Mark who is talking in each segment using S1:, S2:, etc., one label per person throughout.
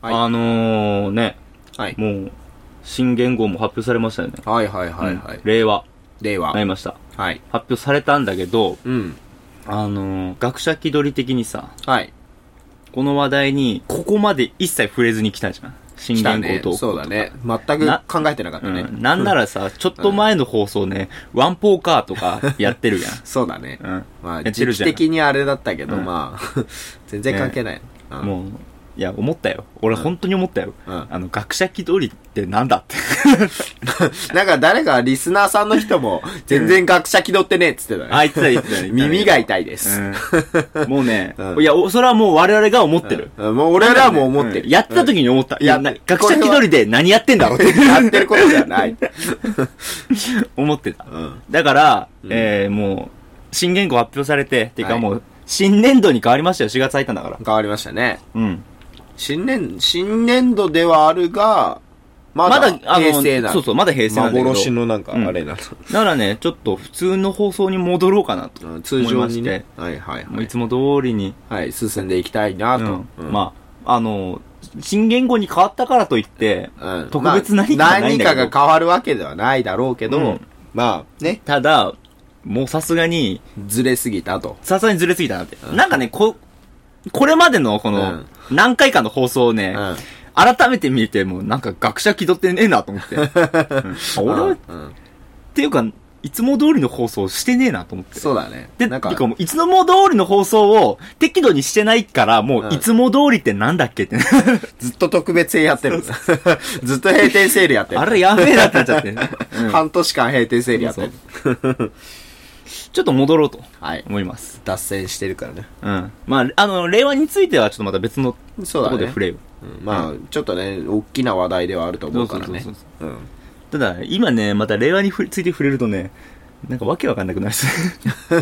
S1: はい
S2: あのー、ね、
S1: はい。
S2: もう、新元号も発表されましたよね。
S1: はいはいはいは
S2: う
S1: い
S2: ん。令和、
S1: 令和
S2: な。りました。
S1: はい。
S2: 発表されたんだけど、
S1: うん。
S2: あのー、学者気取り的にさ、
S1: はい。
S2: この話題に、ここまで一切触れずに来たじゃん。新
S1: 来た
S2: 元
S1: ね
S2: 号。と。
S1: そうだね。全く
S2: な
S1: 考えてなかった
S2: う
S1: ね。
S2: ん。なんならさ、ちょっと前の放送ね、ワンポーカーと かやってるやん。
S1: そうだね。
S2: うん。
S1: まあ、
S2: やって
S1: 時
S2: る
S1: 期
S2: じゃん
S1: 的にあれだったけど、
S2: うん
S1: まあ、 全然関係ない。うん
S2: もう、いや、思ったよ。俺、本当に思ったよ。
S1: うん
S2: あの、学者気取りってなんだって。
S1: なんか誰かリスナーさんの人も、全然学者気取ってねえっつってたね。
S2: あ、言ってた言ってた。
S1: 耳が痛いです。
S2: うん もうね、
S1: うん
S2: いや、おそれはもう我々が思ってる。
S1: うんもう俺らも思って
S2: う
S1: る。
S2: んやってた時に思った。
S1: うん
S2: いや、
S1: や
S2: な学者気取りで何やってんだろうっ
S1: うん
S2: て
S1: やってることじゃない。
S2: 思ってた。
S1: うん。
S2: だから、
S1: ん
S2: えー、もう、新言語発表されて、ていう
S1: は
S2: か
S1: い
S2: もう、新年度に変わりましたよ、4月入ったんだから。
S1: 変わりましたね。
S2: うん。
S1: 新年、新年度ではあるが、ま
S2: ま
S1: だ
S2: だ、あ
S1: 平成
S2: の、
S1: なの
S2: そうそう、まだ平成なんだけど。
S1: 幻のなんか、
S2: うん
S1: あれな
S2: ならね、ちょっと普通の放送に戻ろうかなと。
S1: の。うん通常に
S2: 思い
S1: ね
S2: まし。
S1: はいはい
S2: も
S1: は
S2: うい
S1: い。
S2: つも通りに。
S1: はい、進んでいきたいなと。
S2: うんまあ、あの、新言語に変わったからといって、
S1: あ、うん
S2: 特別何か
S1: まあ
S2: はないん
S1: 何
S2: だけ
S1: か
S2: ど
S1: が変わるわけではないだろうけど、
S2: うん
S1: まあ、ね、
S2: ただ、もうさすがに、
S1: ずれすぎたと。
S2: さすがにずれすぎたなって。なんかね、こ、これまでのこ
S1: う
S2: の
S1: ん、
S2: 何回かの放送をね、
S1: うん
S2: 改めて見ても、なんか学者気取ってねえなと思 って。うんあ俺は、っ
S1: うんうん
S2: ていうか、いつも通りの放送してねえなと思って。
S1: そうだね。
S2: で、
S1: な
S2: なんん
S1: か
S2: か、もういつも通りの放送を適度にしてないから、も
S1: う
S2: う、
S1: ん
S2: いつも通りってなんだっけって。
S1: ずっと特別営やってる。 ずっと閉店セールやってる。
S2: あれやべえなってなっちゃ って。うん
S1: 半年間閉店セールやってる。
S2: ちょっと戻ろうと
S1: はい。
S2: 思います。
S1: 脱線してるからね。
S2: うん。まあ、あの、令和についてはちょっとまた別のと
S1: そ
S2: こ
S1: うだ
S2: ろで
S1: ね
S2: 触。れる。
S1: うんまあ、ちょっとね、大きな話題ではあると思うからね
S2: そうそう。
S1: うん
S2: ただ、今ね、また令和にふついて触れるとね、なんかわけわかんなくなるし。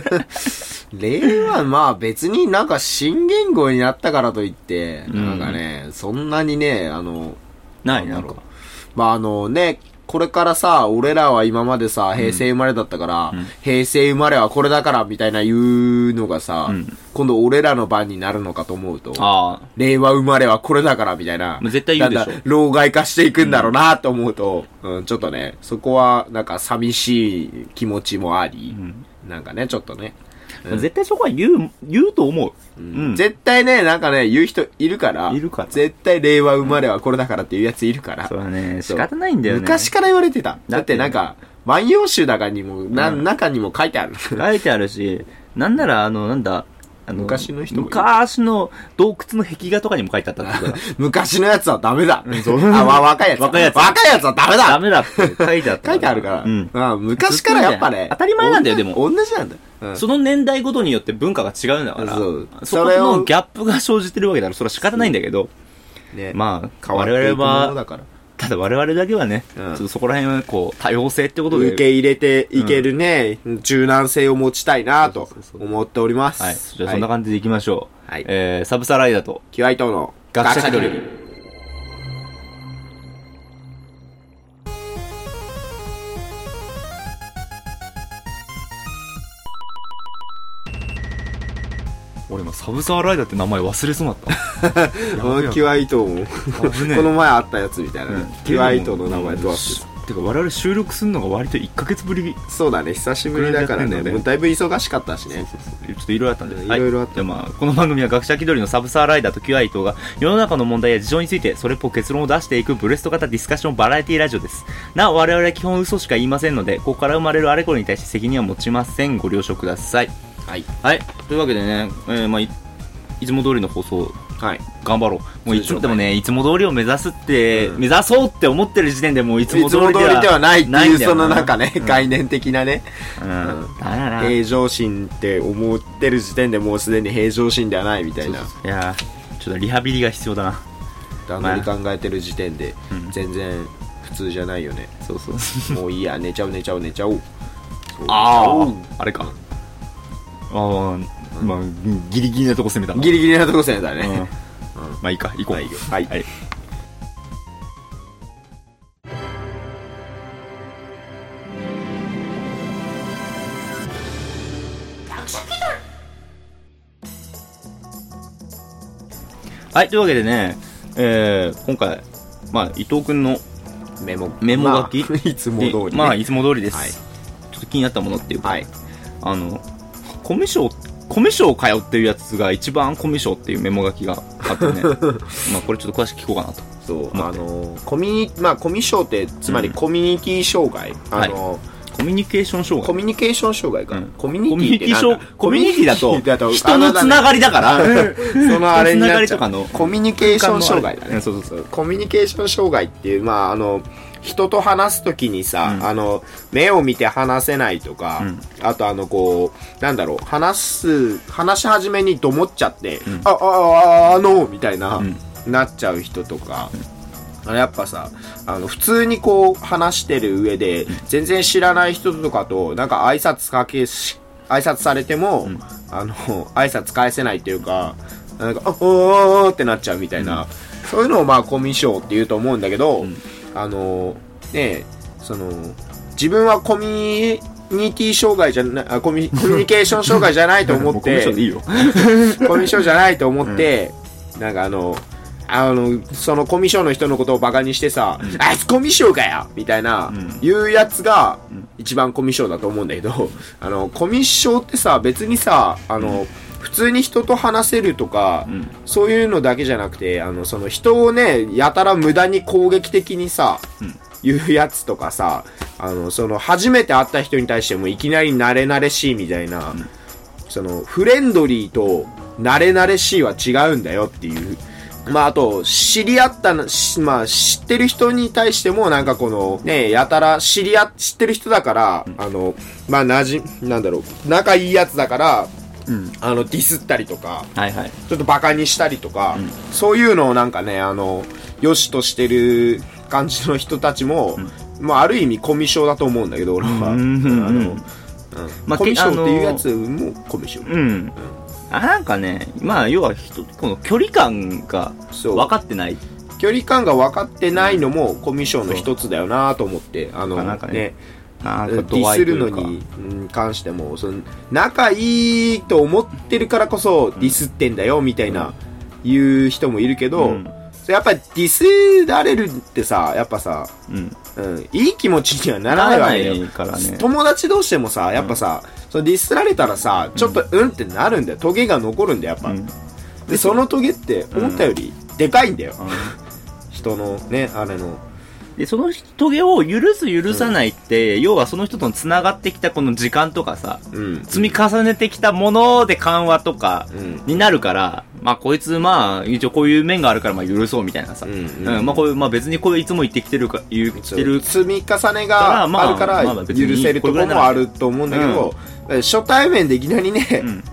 S1: 令和、まあ別になんか新言語になったからといって、
S2: うん
S1: なんかね、そんなにね、あの、
S2: ない
S1: な
S2: なんんか
S1: か。、まああのね、これからさ、俺らは今までさ、平成生まれだったから、
S2: うん
S1: 平成生まれはこれだからみたいな言うのがさ、
S2: うん
S1: 今度俺らの番になるのかと思うと、
S2: ああ。
S1: 令和生まれはこれだからみたいな。
S2: もう絶対言うでしょ
S1: だんだん老害化していくんだろうなと思うと、うん、ちょっとね、そこはなんか寂しい気持ちもあり、
S2: ん
S1: なんかね、ちょっとね。うん
S2: 絶対そこは言う、言うと思う。う
S1: うん絶対ね、なんかね、言う人いるから、
S2: いるから
S1: 絶対令和生まれはこれだからっていうやついるから。
S2: そうだね、
S1: そ
S2: 仕
S1: う
S2: 方ないんだよね。
S1: 昔から言われてた。だってなんか、万葉集だかにも、な、
S2: うん
S1: 中にも書いてある。
S2: 書いてあるし、なんなら、あの、なんだ、あの、
S1: 昔の人もいる
S2: 昔の洞窟の壁画とかにも書いてあったってことだ
S1: 昔のやつはダメだ。
S2: そう
S1: あ、わ、若いやつ。
S2: 若いやつ
S1: 若いやつはダメ だ
S2: ダメだって書いてあった。
S1: 書いてあるから。
S2: うん。
S1: あ昔からやっぱね。
S2: 当たり前なんだよ
S1: 同じ
S2: でも
S1: 同じなんだよ。うん
S2: その年代ごとによって文化が違うんだから、
S1: そう
S2: そ
S1: そ
S2: こ
S1: れを
S2: のギャップが生じてるわけだから、それは仕方ないんだけど、
S1: ね
S2: まあ、
S1: 変わって
S2: 我
S1: いく
S2: 々
S1: もの
S2: は、
S1: だから。
S2: ただ我々だけはね、
S1: う
S2: ちょ
S1: ん
S2: っとそこら辺はこう、多様性ってことで、
S1: 受け入れていけるね、柔軟性を持ちたいな
S2: そ
S1: と
S2: うそうそうそう
S1: 思っております。
S2: はい。じゃあそんな
S1: はい
S2: 感じでいきましょう。
S1: はい
S2: えー、サブサライダと、
S1: キュアイトの
S2: 学者気取り。俺今、サブサーライダーって名前忘れそうになった。
S1: このキュアイトも、こ
S2: 危ねえ
S1: の前あったやつみたいな
S2: うん
S1: ね。キュアイトの名前とは。
S2: てか、我々収録するのが割と1ヶ月ぶり、ち
S1: そうだね、久しぶりだか
S2: こ
S1: ら
S2: れでやって
S1: ね。
S2: んだよね
S1: もうだいぶ忙しかったしね。
S2: ょっといろいろあったんで。
S1: いろいろあっ
S2: は
S1: た
S2: いでまあ、この番組は学者気取りのサブサーライダーと QI 党が世の中の問題や事情についてそれっぽく結論を出していくブレスト型ディスカッションバラエティラジオです。なお、我々は基本嘘しか言いませんので、ここから生まれるあれこれに対して責任は持ちません。ご了承ください。
S1: はい。
S2: はい。というわけでね、えーまあい、いつも通りの放送、
S1: はい。
S2: 頑張ろう。もうい
S1: 通
S2: つ
S1: 常
S2: も、でもね、いつも通りを目指すって、
S1: うん
S2: 目指そうって思ってる時点でもうい
S1: い
S2: つ
S1: つも
S2: も通
S1: 通
S2: り
S1: り
S2: で
S1: で
S2: は
S1: はないって
S2: ない
S1: い
S2: ん
S1: う、
S2: だよ
S1: その
S2: な
S1: なんかね、概念的なね。
S2: うん。だよな。
S1: 平常心って思ってる時点でもうすでに平常心ではないみたいな。
S2: いやーちょっとリハビリが必要だな。
S1: 段
S2: まあ
S1: 取り考えてる時点で
S2: うん
S1: 全然普通じゃないよね、
S2: そうそう。
S1: もういいや寝ちゃう寝ちゃう寝ちゃおうそう
S2: あ
S1: 寝ちゃ
S2: あ、あれか。ああ、まあ、ギリギリなとこ攻めた
S1: おう
S2: な。
S1: ギリギリなとこ攻めたね、
S2: う んま
S1: うん
S2: あいいか、行こう。
S1: はいはい
S2: はい。はい、というわけでね、えー今回、まあ、伊藤君の
S1: メモ、
S2: メモ書き
S1: まあいつも通り、ね。
S2: まあ、いつも通りです、
S1: はい
S2: ちょっと気になったものっていうか、
S1: はい。
S2: あの、コミュ障、コミュ障通ってるやつが一番コミュ障っていうメモ書きがあって ね。まあこれちょっと詳しく聞こうかなと。
S1: そう、
S2: 待
S1: あ
S2: って
S1: の、コミュニ、まあ、コミュ障って、つまり
S2: うん
S1: コミュニティ障害。あの、
S2: コミュニケーション障
S1: コ
S2: 害。
S1: ミュニケーション障害か。
S2: うん
S1: コミ
S2: コミュ
S1: ュニ
S2: ニ
S1: テ
S2: ティ
S1: ィって
S2: 障
S1: なんだ
S2: コミュニティだ
S1: コ
S2: と
S1: ミュニティだと、
S2: 人のつながりだから、
S1: そのあれになっちゃ
S2: 人のつながりと
S1: う
S2: かの
S1: コミュニケーション障害だ
S2: う
S1: ね
S2: ん。そうそうそう。
S1: コミュニケーション障害っていう、まあ、あの、人と話すときにさ、
S2: うん
S1: あの、目を見て話せないとか、
S2: うん
S1: あとあの、こう、なんだろう、話す、話し始めにどもっちゃって、
S2: ん
S1: あ、あ、あ、あの、みたいな、
S2: うん
S1: なっちゃう人とか、あのやっぱさ、あの、普通にこう、話してる上で、全然知らない人とかと、なんか挨拶かけし、挨拶されても、
S2: ん
S1: あの、挨拶返せないっていうか、なんか、あ、おーってなっちゃうみたいな、そういうのをまあ、コミュ障って言うと思うんだけど、
S2: ん
S1: あの、ねえ、その、自分はコミュニティ障害じゃな、あコミコミュニケーション障害じゃないと思
S2: も
S1: っ
S2: うコミュ
S1: て、
S2: 障でいいよ。
S1: コミュ障じゃないと思って、なんかあの、あの、そのコミュ障の人のことをバカにしてさ、あいつコミュ障かよみたいな、
S2: うん
S1: 言うやつが
S2: ん、
S1: 一番コミュ障だと思うんだけど、あの、コミュ障ってさ、別にさ、あの、普通に人と話せるとか、
S2: うん
S1: そういうのだけじゃなくて、あの、その人をね、やたら無駄に攻撃的にさ、
S2: うん
S1: 言うやつとかさ、あの、その、初めて会った人に対してもいきなり慣れ慣れしいみたいな、
S2: ん
S1: その、フレンドリーと慣れ慣れしいは違うんだよっていう。まあ、あと、知り合ったな、しまあ、知ってる人に対しても、なんかこの、ね、やたら、知り合、知ってる人だから、あの、まあ、なじ、なんだろう、仲いいやつだから、
S2: うん。
S1: あの、ディスったりとか、
S2: はいはい。
S1: ちょっとバカにしたりとか、
S2: うん
S1: そういうのをなんかね、あの、良しとしてる感じの人たちも、まあ、ある意味コミュ障だと思うんだけど、俺は。
S2: うん
S1: あの、
S2: まあ
S1: コミュ障っていう
S2: けあ
S1: や
S2: の
S1: つもコミュ障。
S2: うん。あなんかね、まあ要は人、この距離感が
S1: そう
S2: 分かってない。
S1: 距離感が分かってないのもコミュ障の一つだよなと思って、あの、
S2: なんかね
S1: ね
S2: あ
S1: デ
S2: ー
S1: ィスるの。にうん関してもその仲いいと思ってるからこそディスってんだよみたいな、いう人もいるけど、
S2: うん
S1: それやっぱりディスられるってさやっぱさ、
S2: うん。
S1: うん、いい気持ちにはならないわけだ
S2: なら
S1: よ
S2: ないからね
S1: 友達同士でもさやっぱさ、そのディスられたらさちょっとうんってなるんだよトゲが残るんだよやっぱ、
S2: うん
S1: でそのトゲって思ったよりでかいんだよ、人のねあれの
S2: で、そのトゲを許す許さないって、要はその人と繋がってきたこの時間とかさ、
S1: うん
S2: 積み重ねてきたもので緩和とか
S1: うん
S2: になるから、まあこいつまあ一応こういう面があるからまあ許そうみたいなさ、
S1: うんうん
S2: まあこういう、まあ別にこういつも言ってきてるか、言っ
S1: そう
S2: てる。
S1: 積み重ね
S2: から
S1: が
S2: まあ
S1: あるから
S2: まあまあ別に
S1: 許せるところもあると思うんだけど、初対面でいきなりね、
S2: うん。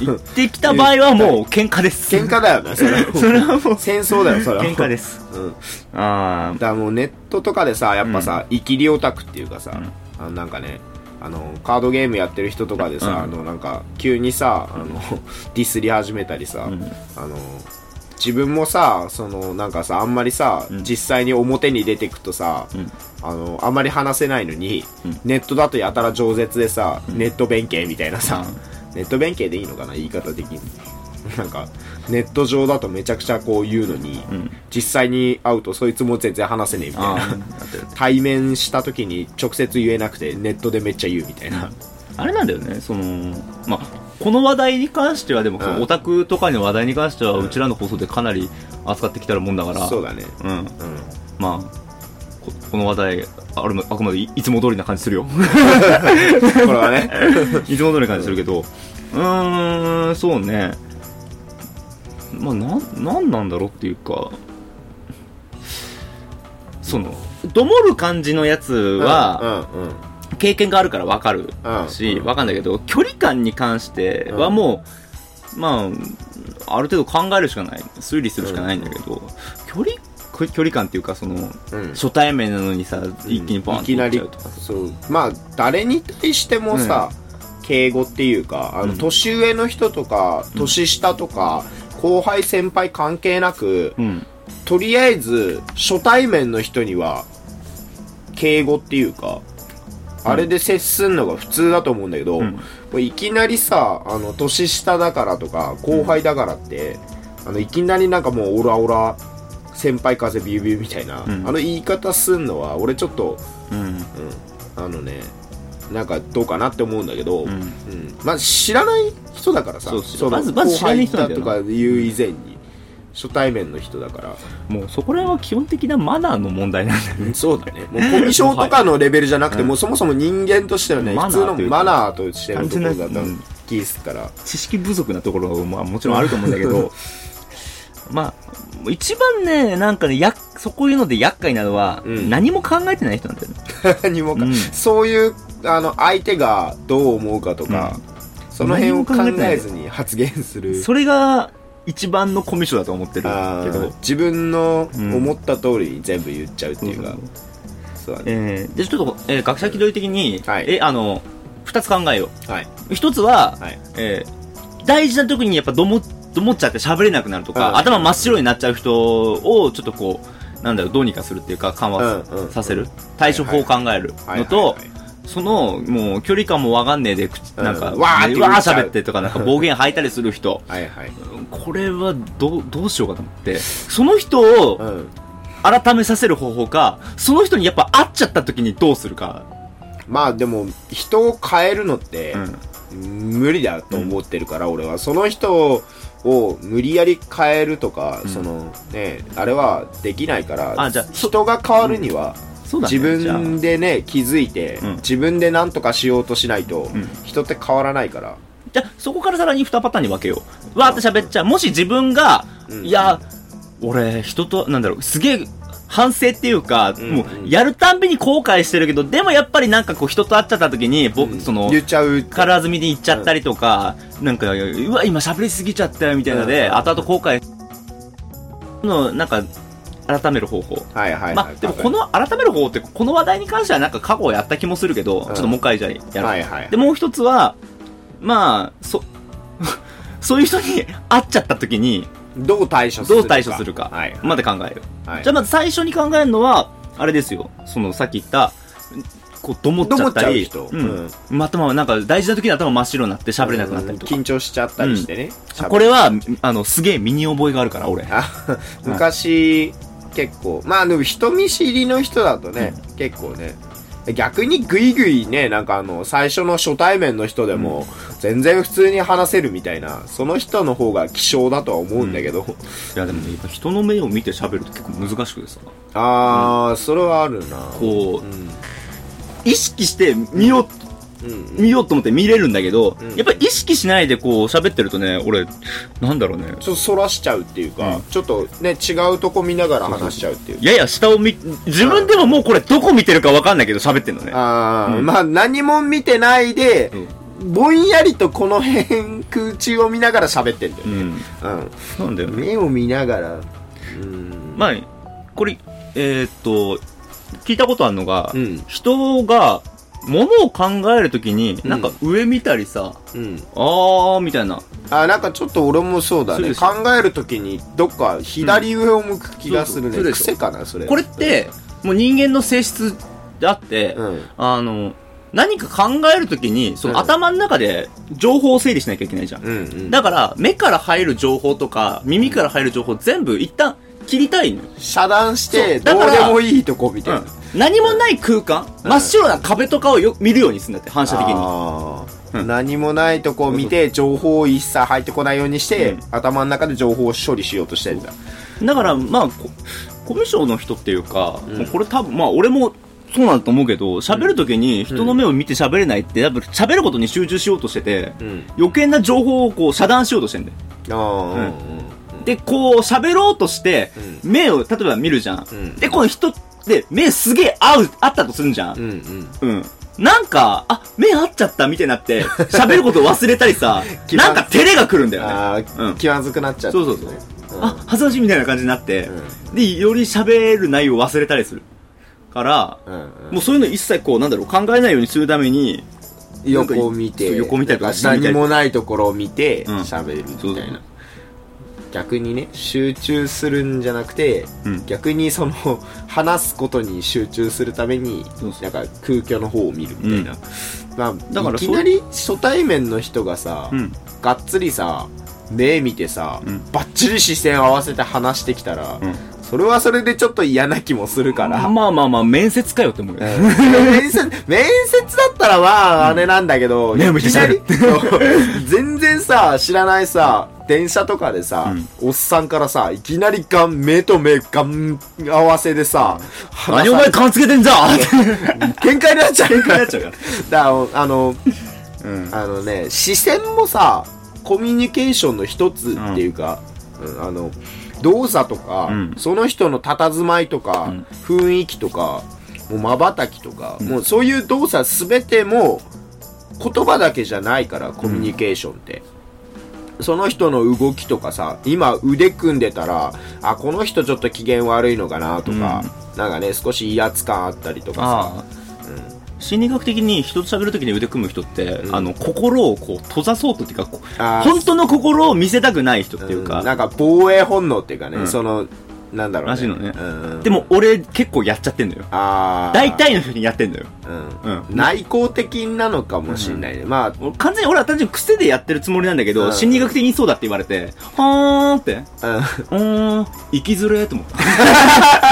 S2: 言ってきた場合はもう喧嘩です。
S1: 喧嘩だよねそれは
S2: それはもう
S1: 戦争だよそれ は
S2: 喧嘩です。
S1: うん、だ
S2: ああ。
S1: からもうネットとかでさやっぱさ、イキリオタクっていうかさ、あのなんかねあのカードゲームやってる人とかでさ、
S2: うん
S1: あのなんか急にさあの ディスり始めたりさ、
S2: ん
S1: あの自分もさそのなんかさあんまりさ、
S2: ん
S1: 実際に表に出てくとさ、
S2: ん
S1: あのあんまり話せないのに、
S2: うん
S1: ネットだとやたら饒舌でさ、ネット弁慶みたいなさ、ネット弁慶でいいのかな言い方的に なんかネット上だとめちゃくちゃこう言うのに、
S2: ん
S1: 実際に会うとそいつも全然話せねえみたい
S2: あ
S1: な
S2: ーなってる
S1: 対面した時に直接言えなくてネットでめっちゃ言うみたいな、
S2: あれなんだよね、その、まあ、この話題に関しては、でも、
S1: うん
S2: オタクとかの話題に関しては、うちらの放送でかなり扱ってきたもんだから、
S1: そうだね
S2: うん。
S1: うん
S2: まあ、ここの話題、あれもあくまでいいつも通りな感じす るよ。
S1: これはね
S2: いつも通りな感じするけど、うーん、そうね。まあ、なん、なんなんだろうっていうか、その、どもる感じのやつは、
S1: うんうんうん
S2: 経験があるから分かる
S1: うん
S2: し、
S1: うん
S2: 分かんだけど、距離感に関してはもう、まあ、ある程度考えるしかない、推理するしかないんだけど、距離、こ距離感っていうか、その、
S1: うん
S2: 初対面なのにさ、一気にバーン
S1: い
S2: って
S1: きな
S2: 行っち
S1: り
S2: ゃうとかさ。
S1: そうまあ誰に対してもさ、敬語っていうかあの、
S2: うん
S1: 年上の人とか年下とか、後輩先輩関係なく、
S2: うん。
S1: とりあえず初対面の人には敬語っていうかあれで接すんのが普通だと思うんだけど、
S2: うん
S1: もういきなりさあの年下だからとか後輩だからって、あのいきなりなんかもうオラオラ先輩風ビュービューみたいな、
S2: ん
S1: あの言い方すんのは俺ちょっと、
S2: うん。
S1: うん、あのねなんかどうかなって思うんだけど、うん
S2: ん
S1: まあ知らない人だからさ
S2: そうそう
S1: の
S2: まずまず知らない人なんだよ
S1: 後
S2: な
S1: 輩だとかいう以前に初対面の人だから
S2: もうそこら辺は基本的なマナーの問題なんだよね。
S1: そうだねもうコミュ障とかのレベルじゃなくて、
S2: うん
S1: もうそもそも人間としてはね
S2: マナー
S1: 普通の
S2: というか
S1: マナーとしてのところだった
S2: 単純なうん
S1: 気すから、
S2: 知識不足なところは、まあ、もちろんあると思うんだけど、 まあ、一番ね、なんかね、やっ、そこいうので厄介なのは、
S1: うん
S2: 何も考えてない人なんだよね。
S1: 何もか、
S2: うん
S1: そういうあの相手がどう思うかとか、その辺を考
S2: 何も考えてない
S1: えずに発言する
S2: それが、一番のコミュ障だと思ってる
S1: あ
S2: け
S1: ー
S2: ど。
S1: 自分の
S2: うん
S1: 思った通りに全部言っちゃうっていうか、そうだね
S2: えー、で、ちょっと、えー学者気取り的に、
S1: はい
S2: え、あの、二つ考えよ
S1: はい、
S2: う。一つは、
S1: はい、
S2: えー大事な時にやっぱども、どもっちゃって喋れなくなるとか、
S1: うん
S2: 頭真っ白になっちゃう人を、ちょっとこう、なんだろう、どうにかするっていうか、緩和
S1: うんうん
S2: させる。対処法を考える
S1: はい
S2: のと、その、もう、距離感もわかんねえで、口、なんか、
S1: うんわーって言っちゃう
S2: 喋ってとか、なんか暴言吐いたりする人。
S1: はいはい
S2: これは、どう、どうしようかと思って、その人を
S1: はい、うん、
S2: 改めさせる方法か、その人にやっぱ会っちゃった時にどうするか。
S1: まあでも人を変えるのって
S2: うん
S1: 無理だと思ってるから、俺はその人を無理やり変えるとか、
S2: うん
S1: そのねあれはできないから
S2: あじゃあそ
S1: 人が変わるには、
S2: そうだね。
S1: 自
S2: じゃあ
S1: 分でね気づいて、
S2: うん
S1: 自分で何とかしようとしないと、
S2: ん
S1: 人って変わらないから
S2: じゃあそこからさらに2パターンに分けよう。わーって喋っちゃう。もし自分が、
S1: うん
S2: いや、俺、人と、なんだろう、すげえ、反省っていうか、
S1: ん
S2: もう、やるたんびに後悔してるけど、でもやっぱりなんかこう、人と会っちゃった時に、僕、
S1: うん
S2: その、
S1: 言っちゃうって
S2: カラー済みで行っちゃったりとか、なんか、うわ、今喋りすぎちゃったよ、みたいなので、
S1: うん
S2: 後々後悔の、なんか、改める方法。
S1: はいはいはい、
S2: まあ、でもこの改める方法って、この話題に関してはなんか過去やった気もするけど、ちょっともう一回じゃあやろう。
S1: はいはい
S2: で、もう一つは、まあ、そ、 そういう人に会っちゃった時に、
S1: どう対処する
S2: ど
S1: か
S2: う対処するか
S1: はい、
S2: まで考える。
S1: はい、
S2: じゃあまず最初に考えるのは、あれですよ。その、さっき言った、こう、どもっちゃったり、
S1: どもっちゃう人
S2: うん。まあ頭、なんか大事な時に頭真っ白になって喋れなくなったりとか
S1: 緊。張しちゃったりしてね、喋る
S2: これは、あの、すげえ身に覚えがあるから、俺。
S1: あ昔、結構まあでも人見知りの人だとね、結構ね逆にグイグイね、なんかあの、最初の初対面の人でも、全然普通に話せるみたいな、その人の方が希少だとは思うんだけど、
S2: いや、でもね、やっぱ人の目を見て喋ると結構難しくてさ、
S1: あー、それはあるな。
S2: こう、
S1: うん。
S2: 意識して見よう
S1: うん。
S2: 見ようと思って見れるんだけど、
S1: うん
S2: やっぱり意識しないでこう喋ってるとね、俺、なんだろうね、
S1: ちょっとそらしちゃうっていうか、
S2: うん
S1: ちょっとね、違うとこ見ながら話しちゃうっていうか
S2: やや下を見、自分でももうこれどこ見てるかわかんないけど喋ってんのね。
S1: あー
S2: うん
S1: まあ何も見てないで、
S2: う
S1: ぼんやりとこの辺空中を見ながら喋ってんだよ
S2: う
S1: ね、
S2: ん。
S1: う
S2: なんだよ
S1: ん
S2: ね。
S1: 目を見ながらうん
S2: まあ、これ、えーっと、聞いたことあるのが、
S1: うん
S2: 人が、物を考えるときに、なんか上見たりさ、
S1: うん
S2: あーみたいな。
S1: あなんかちょっと俺もそうだ
S2: そう
S1: ね
S2: でし
S1: 考
S2: ょ
S1: えるときにどっか左上を向く気がするね、
S2: うんそうそうそうでしょ
S1: 癖かなそれ
S2: これって、もう人間の性質であって、
S1: うん
S2: あの、何か考えるときに、そ
S1: うん
S2: の頭の中で情報を整理しなきゃいけないじゃん。
S1: うんうん
S2: だから、目から入る情報とか、耳から入る情報全部一旦切りたいのよ。
S1: 遮断し
S2: そう
S1: てど
S2: だ
S1: う
S2: から
S1: でもいいとこみたいな、
S2: うん、何もない空間、真っ白な壁とかをよ見るようにするんだって、反射的に。
S1: あー
S2: うん
S1: 何もないとこを見て情報を一切入ってこないようにして、
S2: うん
S1: 頭の中で情報を処理しようとしてんだ
S2: だから、まあ、こコミュ障の人っていうか、
S1: うん
S2: もうこれ多分、まあ俺もそうなんだと思うけど、喋るときに人の目を見て喋れないって、多分喋ることに集中しようとしてて、
S1: うん
S2: 余計な情報をこう遮断しようとしてんだよ。
S1: ああうん
S2: で、こう喋ろうとして、目を、例えば見るじゃん。
S1: うん
S2: で、この人って目すげえ合う、合ったとするじゃん
S1: うんうん、
S2: うん。なんか、あ、目合っちゃったみたいになって、喋ること忘れたりさ
S1: 気まず
S2: なんか照れが来るんだよね。
S1: ああ、
S2: うん
S1: 気まずくなっちゃって、
S2: そうそうそう。あ、恥ずかしいみたいな感じになって、
S1: う
S2: で、より喋る内容を忘れたりする。から、
S1: うんうん
S2: もうそういうの一切こう、なんだろう、考えないようにするために、
S1: 横を見て
S2: そう横見たりとか
S1: なん何もないところを見て
S2: うん
S1: 喋るみたい
S2: そう
S1: な、
S2: そう
S1: 逆にね集中するんじゃなくて、
S2: うん
S1: 逆にその 話すことに集中するために
S2: そうそ
S1: なんか空虚の方を見るみたいな、まあ、
S2: だから
S1: いき
S2: そう
S1: なり初対面の人がさ、
S2: うん。
S1: がっつりさ目見てさ、
S2: うん
S1: バッチリ視線合わせて話してきたら、
S2: うん
S1: それはそれでちょっと嫌な気もするから。
S2: まあまあまあ、面接かよって思うよ。
S1: 面接、面接だったらまあ、あれなんだけど、
S2: ねむしゃしゃる
S1: いきなりそう全然さ、知らないさ、電車とかでさ、おっさんからさ、いきなりがん目と目がん合わせでさ、
S2: 何お前勘つけてんじゃんって
S1: 喧嘩になっちゃうから。
S2: なっちゃうから。
S1: だからあの、
S2: うん。
S1: あのね、視線もさ、コミュニケーションの一つっていうか、うんあの、動作とか、
S2: うん
S1: その人の佇まいとか、
S2: うん
S1: 雰囲気とか、もう瞬きとか、
S2: ん
S1: もうそういう動作すべても、言葉だけじゃないから、コミュニケーションって。その人の動きとかさ、今腕組んでたら、あ、この人ちょっと機嫌悪いのかなとか、なんかね、少し威圧感あったりとかさ、
S2: ああ。心理学的に人と喋るときに腕組む人って、
S1: うん
S2: あの、心をこう、閉ざそうとっていうか、こう
S1: あー
S2: 本当の心を見せたくない人っていうか、
S1: んなんか防衛本能っていうかね、
S2: うん
S1: その、なんだろう、ね。
S2: らしいのね
S1: うん、
S2: で、も俺結構やっちゃってんのよ。
S1: ああ。
S2: 大、体の人にやってんのよ。
S1: うん。
S2: うん。
S1: 内向的なのかもしれないね。まあ、
S2: 完全に俺は単純に癖でやってるつもりなんだけど、
S1: うん
S2: 心理学的にそうだって言われて、はーんって、
S1: うん
S2: うーん、生きづれーと思った。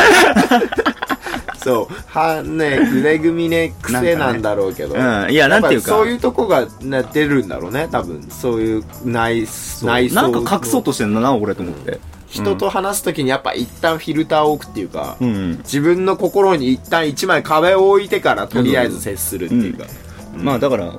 S1: そう。は、ね、腕組みね、癖なんだろうけど。
S2: うん。いや、なんていうか、
S1: やっぱそういうとこが、ね、出るんだろうね、多分。そういう内、
S2: そう
S1: 内装
S2: な
S1: の。
S2: んか隠そうとしてんだな、俺と思って。
S1: 人と話すときにやっぱ一旦フィルターを置くっていうか、
S2: うん。うん
S1: 自分の心に一旦一枚壁を置いてからとりあえず接するっていうか。
S2: まあだから、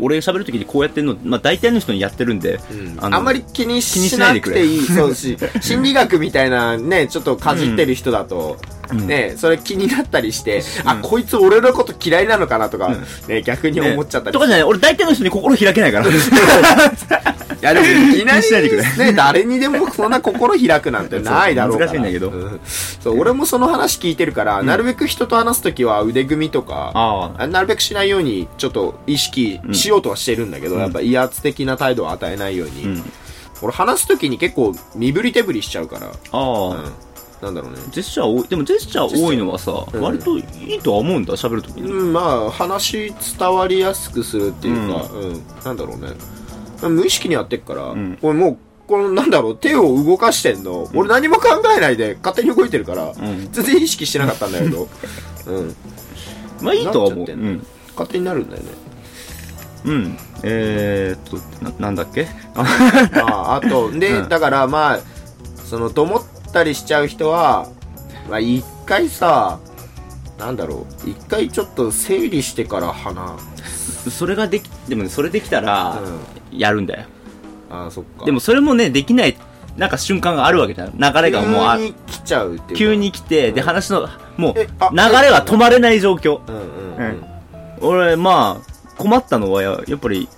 S2: 俺喋るときにこうやってんの、まあ大体の人にやってるんで、
S1: うん
S2: あの
S1: あんまり気に
S2: 気に
S1: し
S2: しない
S1: な
S2: で
S1: く
S2: く
S1: て
S2: れ
S1: いい。そ うし、心理学みたいなね、ちょっとかじってる人だと、
S2: ん
S1: ね、それ気になったりして、
S2: う
S1: あ、
S2: ん
S1: こいつ俺のこと嫌いなのかなとか、ね、逆に
S2: ね
S1: 思っちゃったり
S2: とかじゃない、俺大体の人に心開けない から。
S1: いやでもいきな
S2: 気にしないでくれ
S1: り、ね、誰にでもそんな心開く なんてないだろうから。
S2: 難しいんだけど
S1: うそう、俺もその話聞いてるから、なるべく人と話すときは腕組みとか、
S2: ああ。
S1: あなるべくしないようにちょっと意識しようとはしてるんだけど、
S2: うん
S1: やっぱ威圧的な態度を与えないように、
S2: うん。
S1: 俺話すときに結構身振り手振りしちゃうから、
S2: ああ。
S1: うん、なんだろうね。
S2: ジェスチャー多い、でもジェスチャー多いのはさ、
S1: うん
S2: 割といいとは思うんだ、喋るとき
S1: う
S2: に。
S1: ん、まあ、話伝わりやすくするっていうか、うん、なんだろうね。無意識にやってっから、
S2: ん
S1: 俺もう、この、なんだろう、手を動かしてんの、俺何も考えないで勝手に動いてるから、
S2: ん
S1: 全然意識してなかったんだけど、うん、
S2: まあいいとは思
S1: なっ
S2: う。
S1: ちゃ
S2: う
S1: ってんの
S2: ん。
S1: 勝手になるんだよね。
S2: うん。えー、っと、な、なんだっけあ
S1: まあ、あと、で、
S2: うん
S1: だからまあ、その、と思ったりしちゃう人は、まあ、一回さ、なんだろう、一回ちょっと整理してから話、
S2: それができ、でもね、それできたら、やるんだよ。
S1: ああ、そっか。
S2: でもそれもね、できない、なんか瞬間があるわけじゃん。流れがもうあ
S1: 急、に来ちゃうっていうか
S2: 急に来て、で、
S1: うん
S2: 話の、もう、流
S1: えあ
S2: れが止まれない状況。
S1: うんうん
S2: うん俺、まあ、困ったのはや、やっぱり、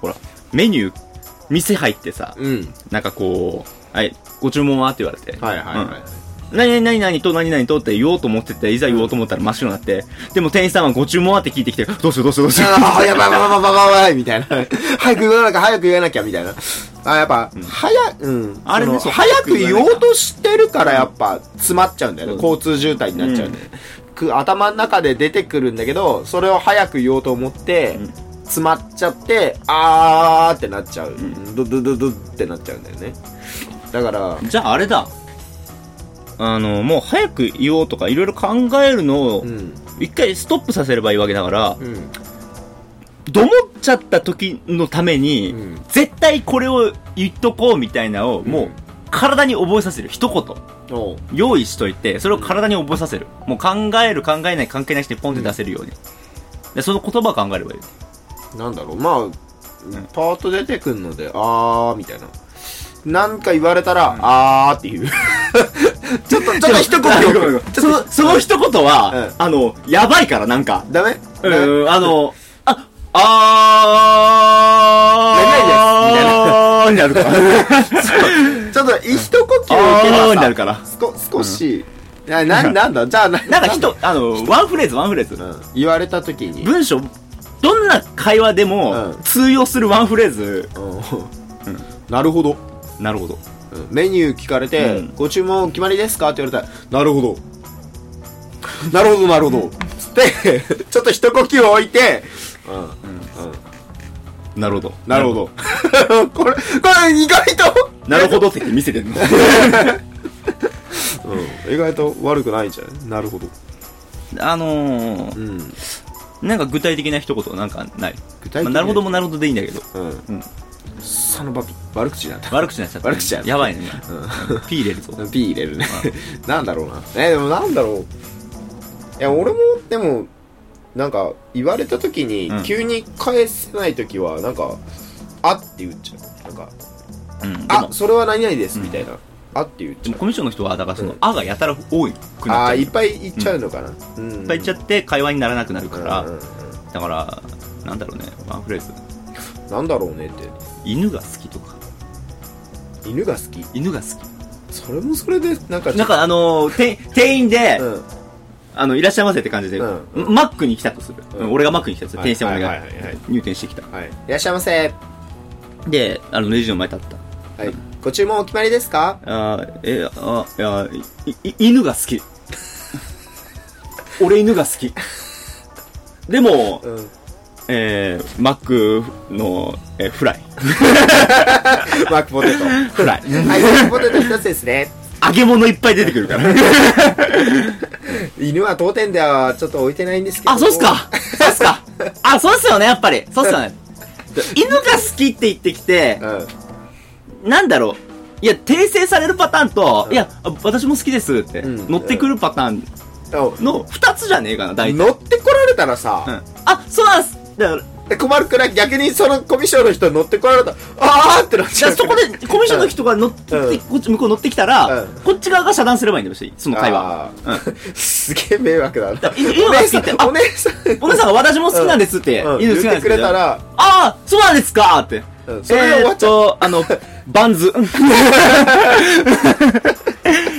S2: ほら、メニュー、店入ってさ、
S1: うんうん
S2: なんかこう、はい、ご注文はって言われて、
S1: はいはいはい
S2: 何々何々と何々とって言おうと思ってて、いざ言おうと思ったら真っ白になって、でも店員さんはご注文はって聞いてきて、どうしようどうしようどうしよ
S1: ああやばいやばいやばいやばいやばいみたいな早く言わなきゃ早く言わなきゃみたいなあやっぱ、早うん
S2: あれね
S1: その
S2: そう
S1: 早く言おうとしてるからやっぱ詰まっちゃうんだよね、
S2: うん
S1: 交通渋滞になっちゃうんだよね、く頭の中で出てくるんだけどそれを早く言おうと思って、
S2: うん
S1: 詰まっちゃってあーってなっちゃう、ドドドドってなっちゃうんだよねだから
S2: う。じゃああれだ。あの、もう早く言おうとかいろいろ考えるのを
S1: う、ん
S2: 一回ストップさせればいいわけだから、
S1: うん
S2: どもっちゃった時のために、
S1: うん
S2: 絶対これを言っとこうみたいなのを、も
S1: う
S2: うん体に覚えさせる。一言。
S1: おう
S2: 用意しといて、それを体に覚えさせる。もう考える、考えない、関係ないしにポンって出せるように。で、その言葉を考えればいい。
S1: なんだろう、まあ、パート出てくんので、あー、みたいな。なんか言われたら、あーっていう。 ちょっと、ちょっと一言
S2: あ
S1: 置
S2: ごめんごめん
S1: く。ち
S2: そ
S1: ょ
S2: の、
S1: っ
S2: その一言は、
S1: う
S2: あの、やばいから、なんか。
S1: と、ダメ
S2: う
S1: ダメ
S2: ん、あの、あ、あー、長いです、みたいな。になる から。
S1: ちょっと、一呼吸置け
S2: あー
S1: ば
S2: にな
S1: さ
S2: るから。
S1: すこ少し、な、な、なんだ、じゃあ、な、
S2: なんか人、あの、ワンフレーズ、ワンフレー
S1: う
S2: ズ。
S1: ん、言われた時に、
S2: 文章、どんな会話でも
S1: うん
S2: 通用するワンフレーズ。
S1: うんなるほど。
S2: なるほど。
S1: うんメニュー聞かれて、
S2: うん
S1: ご注文お決まりですかって言われたら、なるほど。なるほど、なるほど。つって、ちょっと一呼吸置いて、うん、うん
S2: なるほど。
S1: なる ほど。これ、これ意外と、
S2: なるほどって言って見せてんの。
S1: うん、意外と悪くないんじゃないなるほど、
S2: あのー、
S1: うん、
S2: なんか具体的な一言なんかない。
S1: 具体的
S2: まあ
S1: に
S2: なるほどもなるほどでいいんだけど。
S1: うん、
S2: うん。
S1: そのバピ悪口になった
S2: 悪口になっちゃった。
S1: 悪口や
S2: やばいね。ピー入れるぞ。
S1: P 入れるね なんだろうなえでもなんだろういや俺もでもなんか言われた時に
S2: うん
S1: 急に返せない時はなんか「あ」って言っちゃうなんか
S2: うん。で
S1: 「あ
S2: も、
S1: それは何々です」
S2: うん
S1: みたいな「あ」って言っ
S2: で
S1: ちゃ
S2: も
S1: う
S2: コミッションの人は、だからそうの
S1: ん、
S2: あがやたら多く
S1: あ
S2: なっ
S1: あ
S2: ちゃう。
S1: い
S2: い
S1: っ
S2: っ
S1: ぱい言っちゃうのかなうんいっ
S2: ぱい言っちゃって会話にならなくなるから、
S1: うんうん
S2: だから、なんだろうね、ワンフレーズ。
S1: うんなんだろうねって
S2: 犬が好きとか。
S1: 犬が好き
S2: 犬が好
S1: それもそれでなんか
S2: き。なんかあのー、て店員で、
S1: うん
S2: あの、いらっしゃいませって感じで、
S1: うん
S2: マックに来たとする。
S1: うん
S2: 俺がマックに来たとする。
S1: はい
S2: 店員さんお願い、
S1: はいはいはいはい
S2: 入店してきた。
S1: はいいらっしゃいませ
S2: で、あの、レジの前立った。
S1: はいご注文お決まりですか
S2: あーえーあーいやいい犬が好 き俺犬が好きでも、
S1: うん
S2: えー、マックの、えーフ ライ
S1: マックポテトは
S2: フライ
S1: いマックポテト一つですね
S2: 揚げ物いっぱい出てくるから
S1: 犬は当店ではちょっと置いてないんですけ ど
S2: あそうっすかそうっすかあそうっすよねやっぱりそうっすよ ね犬が好きって言ってきて
S1: う、ん
S2: なんだろういや訂正されるパターンと、
S1: うん
S2: いやあ私も好きですって、
S1: うん
S2: 乗ってくるパターン
S1: あ
S2: の2つじゃねえかな大体、
S1: 乗ってこられたら
S2: う
S1: さ、
S2: んあそうなんすだから
S1: 困るから逆にそのコミュ障の人乗ってこられたらあーってなっち
S2: じ
S1: ゃ
S2: ゃ
S1: う
S2: あそこで、コミッションの人が乗って、
S1: うん
S2: こっち、向こう乗ってきたら、
S1: うん
S2: こっち側が遮断すればいいんだよ、別にその会話
S1: あ。
S2: うん。
S1: すげえ迷惑だな
S2: 犬
S1: お
S2: が好
S1: 姉
S2: き
S1: さん
S2: って、あ
S1: お姉さん
S2: お姉さんが私も好きなんですって、
S1: うん
S2: 犬好きな
S1: 言っ
S2: ん
S1: て
S2: です
S1: く
S2: け
S1: れ
S2: ど
S1: たら
S2: ああ、そうなんですかって。
S1: うんそれで終わっちゃう
S2: えーと、 あの、バンズ。っ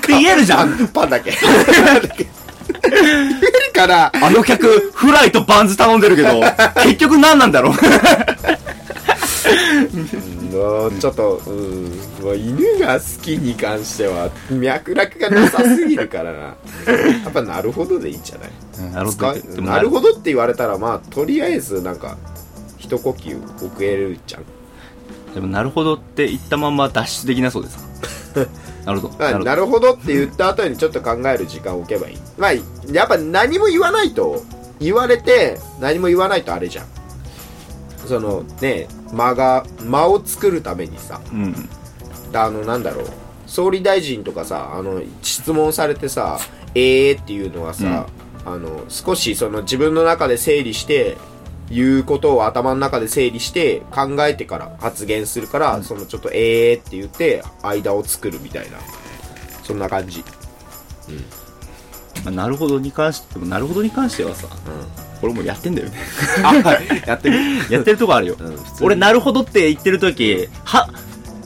S2: て言えるじゃ
S1: パ
S2: ん。
S1: ンパンだけ言 えるから
S2: あの客、フライとバンズ頼んでるけ ど、結局何なんだろう。
S1: うんちょっと、うん、もう犬が好きに関しては脈絡がなさすぎるか らなやっぱなるほどでいいんじゃない
S2: なるほ
S1: 使
S2: ど
S1: い。
S2: でも
S1: なるほどって言われたらまあとりあえずなんか一呼吸遅れるじゃん
S2: でも、なるほどって言ったまま脱出できなそうです。なるほど。
S1: まあ
S2: なるほど
S1: なるほどって言った後にちょっと考える時間を置けばいいまあやっぱ何も言わないと言われて何も言わないとあれじゃんそのね間が間を作るためにさ
S2: うん。
S1: あのなんだろう総理大臣とかさあの質問されてさ「えー」っていうのはさ、あの少しその自分の中で整理して言うことを頭の中で整理して考えてから発言するから、そのちょっと「えー」って言って間を作るみたいなそんな感じ、
S2: まあなるほどに関してでもなるほどに関してはさ俺もうやってん だよね
S1: やってる
S2: やってるとこあるよ、
S1: うん普通に
S2: 俺なるほどって言ってる時は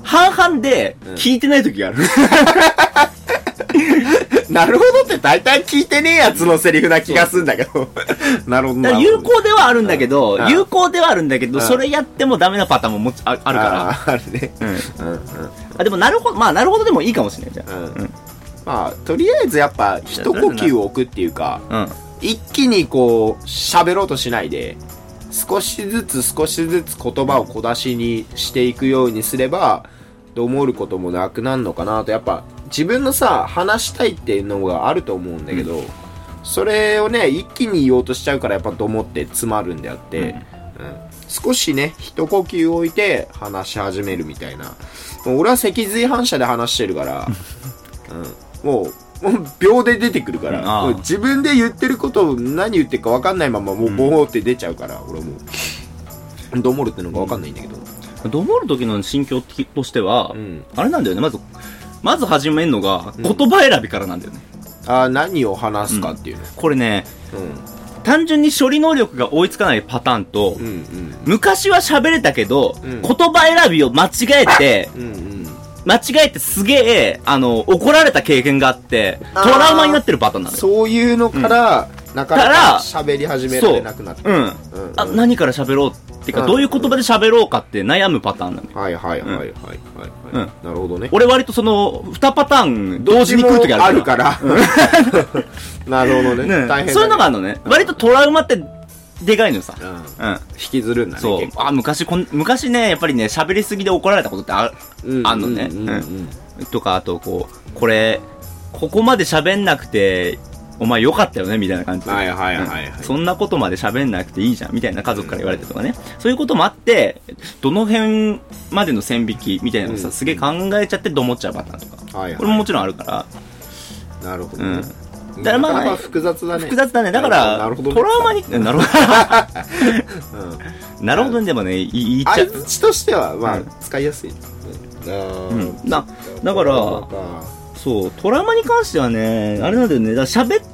S2: 半々で
S1: うん
S2: 聞いてない時がある、
S1: なるほどって大体聞いてねえやつのセリフな気がすんだけど なるほど
S2: だ
S1: な
S2: から
S1: る
S2: 有
S1: ほど
S2: 効ではあるんだけど、
S1: うん
S2: 有効ではあるんだけど、
S1: うん
S2: それやってもダメなパターンももちああるか
S1: あーあるね
S2: ら、うん、
S1: うんうん
S2: あでもなるほどまあなるほどでもいいかもしれないじゃ
S1: うん
S2: ん
S1: まあとりあえずやっぱ一呼吸を置くっていうか
S2: うん、
S1: 一気にこう喋ろうとしないで少しずつ少しずつ言葉を小出しにしていくようにすればどう思うこともなくなるのかなとやっぱ自分のさ話したいっていうのがあると思うんだけど、それをね一気に言おうとしちゃうからやっぱどもって詰まるんであって、
S2: うん
S1: うん少しね一呼吸置いて話し始めるみたいなもう俺は脊髄反射で話して るから、うん、もうもう秒で出てくるから
S2: うんああ
S1: もう自分で言ってることを何言ってるか分かんないままもうボーって出ちゃうから、俺もうどう思るってのが分かんないんだけど
S2: どう思う時の心境としては、
S1: うん
S2: あれなんだよねまずまず始めるのが
S1: うん
S2: 言葉選びからなんだよね、
S1: ああ何を話すかっていうね
S2: これね
S1: う
S2: 単純に処理能力が追いつかないパターンと、
S1: んうん
S2: 昔は喋れたけど、
S1: うん
S2: 言葉選びを間違えて、
S1: うんうん
S2: 間違えてすげえ、あの、怒られた経験があって、
S1: あー
S2: トラウマになってるパターンなのよ。
S1: そういうのから、なかな
S2: から
S1: か喋り始められなくなった
S2: うん。
S1: うんうん
S2: あ、何から喋ろうってか、
S1: うん
S2: どういう言葉で喋ろうかって悩むパターンなのよ。
S1: はいはいはいはいはい、
S2: うん
S1: はいなるほどね
S2: 俺割とその、二パターン同時に来る時あるから。
S1: ら。 なるほどね。
S2: ね
S1: 大変だね
S2: そういうのがあるのね。割とトラウマって、でかいのよさ。
S1: うん引
S2: うん。
S1: きずるんだね。
S2: そう
S1: 結。構
S2: あ、昔こん、昔ね、やっぱりね、喋りすぎで怒られたことってある、
S1: うん
S2: あんのね
S1: うんうんうん
S2: とか、あとこう、これ、ここまで喋んなくて、お前よかったよねみたいな感じで。
S1: はいはいはいはい
S2: うんそんなことまで喋んなくていいじゃんみたいな家族から言われてとかね。そういうこともあって、どの辺までの線引きみたいなのを
S1: う
S2: さ、
S1: ん
S2: すげえ考えちゃってどもっちゃうパターンとか。
S1: はい
S2: これももちろんあるから。
S1: なるほど
S2: う
S1: ね
S2: ん。
S1: な
S2: だから
S1: か
S2: まあ
S1: なか複雑だね。
S2: 複雑だね。だから、
S1: なるほどね
S2: トラウマに、なるほ
S1: う
S2: ど。
S1: ん。
S2: なるほどね、でもね、い言っちゃ
S1: 相
S2: う。
S1: づちとしては、
S2: う
S1: まあ
S2: ん、
S1: 使いやすい。あ
S2: う
S1: ー
S2: ん。な、だから
S1: そうか
S2: そう、トラウマに関してはね、あれなんだよね、だから喋っ、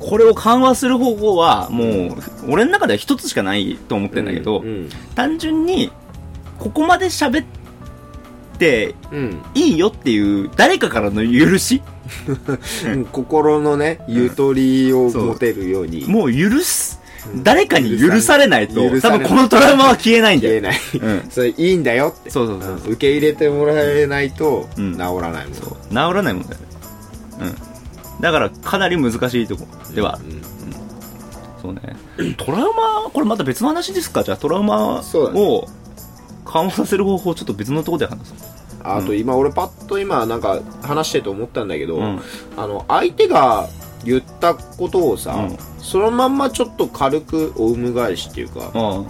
S2: これを緩和する方法は、もう、俺の中では一つしかないと思ってんだけど、
S1: うん。
S2: 単純に、ここまで喋って
S1: うん。
S2: いいよっていう、誰かからの許し
S1: うん心のね、ゆとりを持てるように。
S2: もう許す
S1: う。ん
S2: 誰かに許されないと、
S1: 許さ
S2: 多
S1: れ
S2: 分
S1: ない
S2: このトラウマは消えないんだ
S1: 言え
S2: よ。
S1: ない。
S2: うん。
S1: それいいんだよって。
S2: そうそう
S1: う
S2: そ
S1: ん
S2: う。
S1: 受け入れてもらえないと、
S2: う
S1: 治
S2: ん
S1: らないもん。
S2: そう。治らないもんだよね。うん。だから、かなり難しいとこではある
S1: うん
S2: そうね。トラウマ、これまた別の話ですかじゃあトラウマ
S1: そうだ
S2: を緩和させる方法、ちょっと別のところで話す。
S1: あと今、俺パッと今、なんか話してて思ったんだけど、
S2: うん。
S1: あの、相手が言ったことをさ、
S2: うん
S1: そのまんまちょっと軽くおうむ返しっていうか、
S2: うん。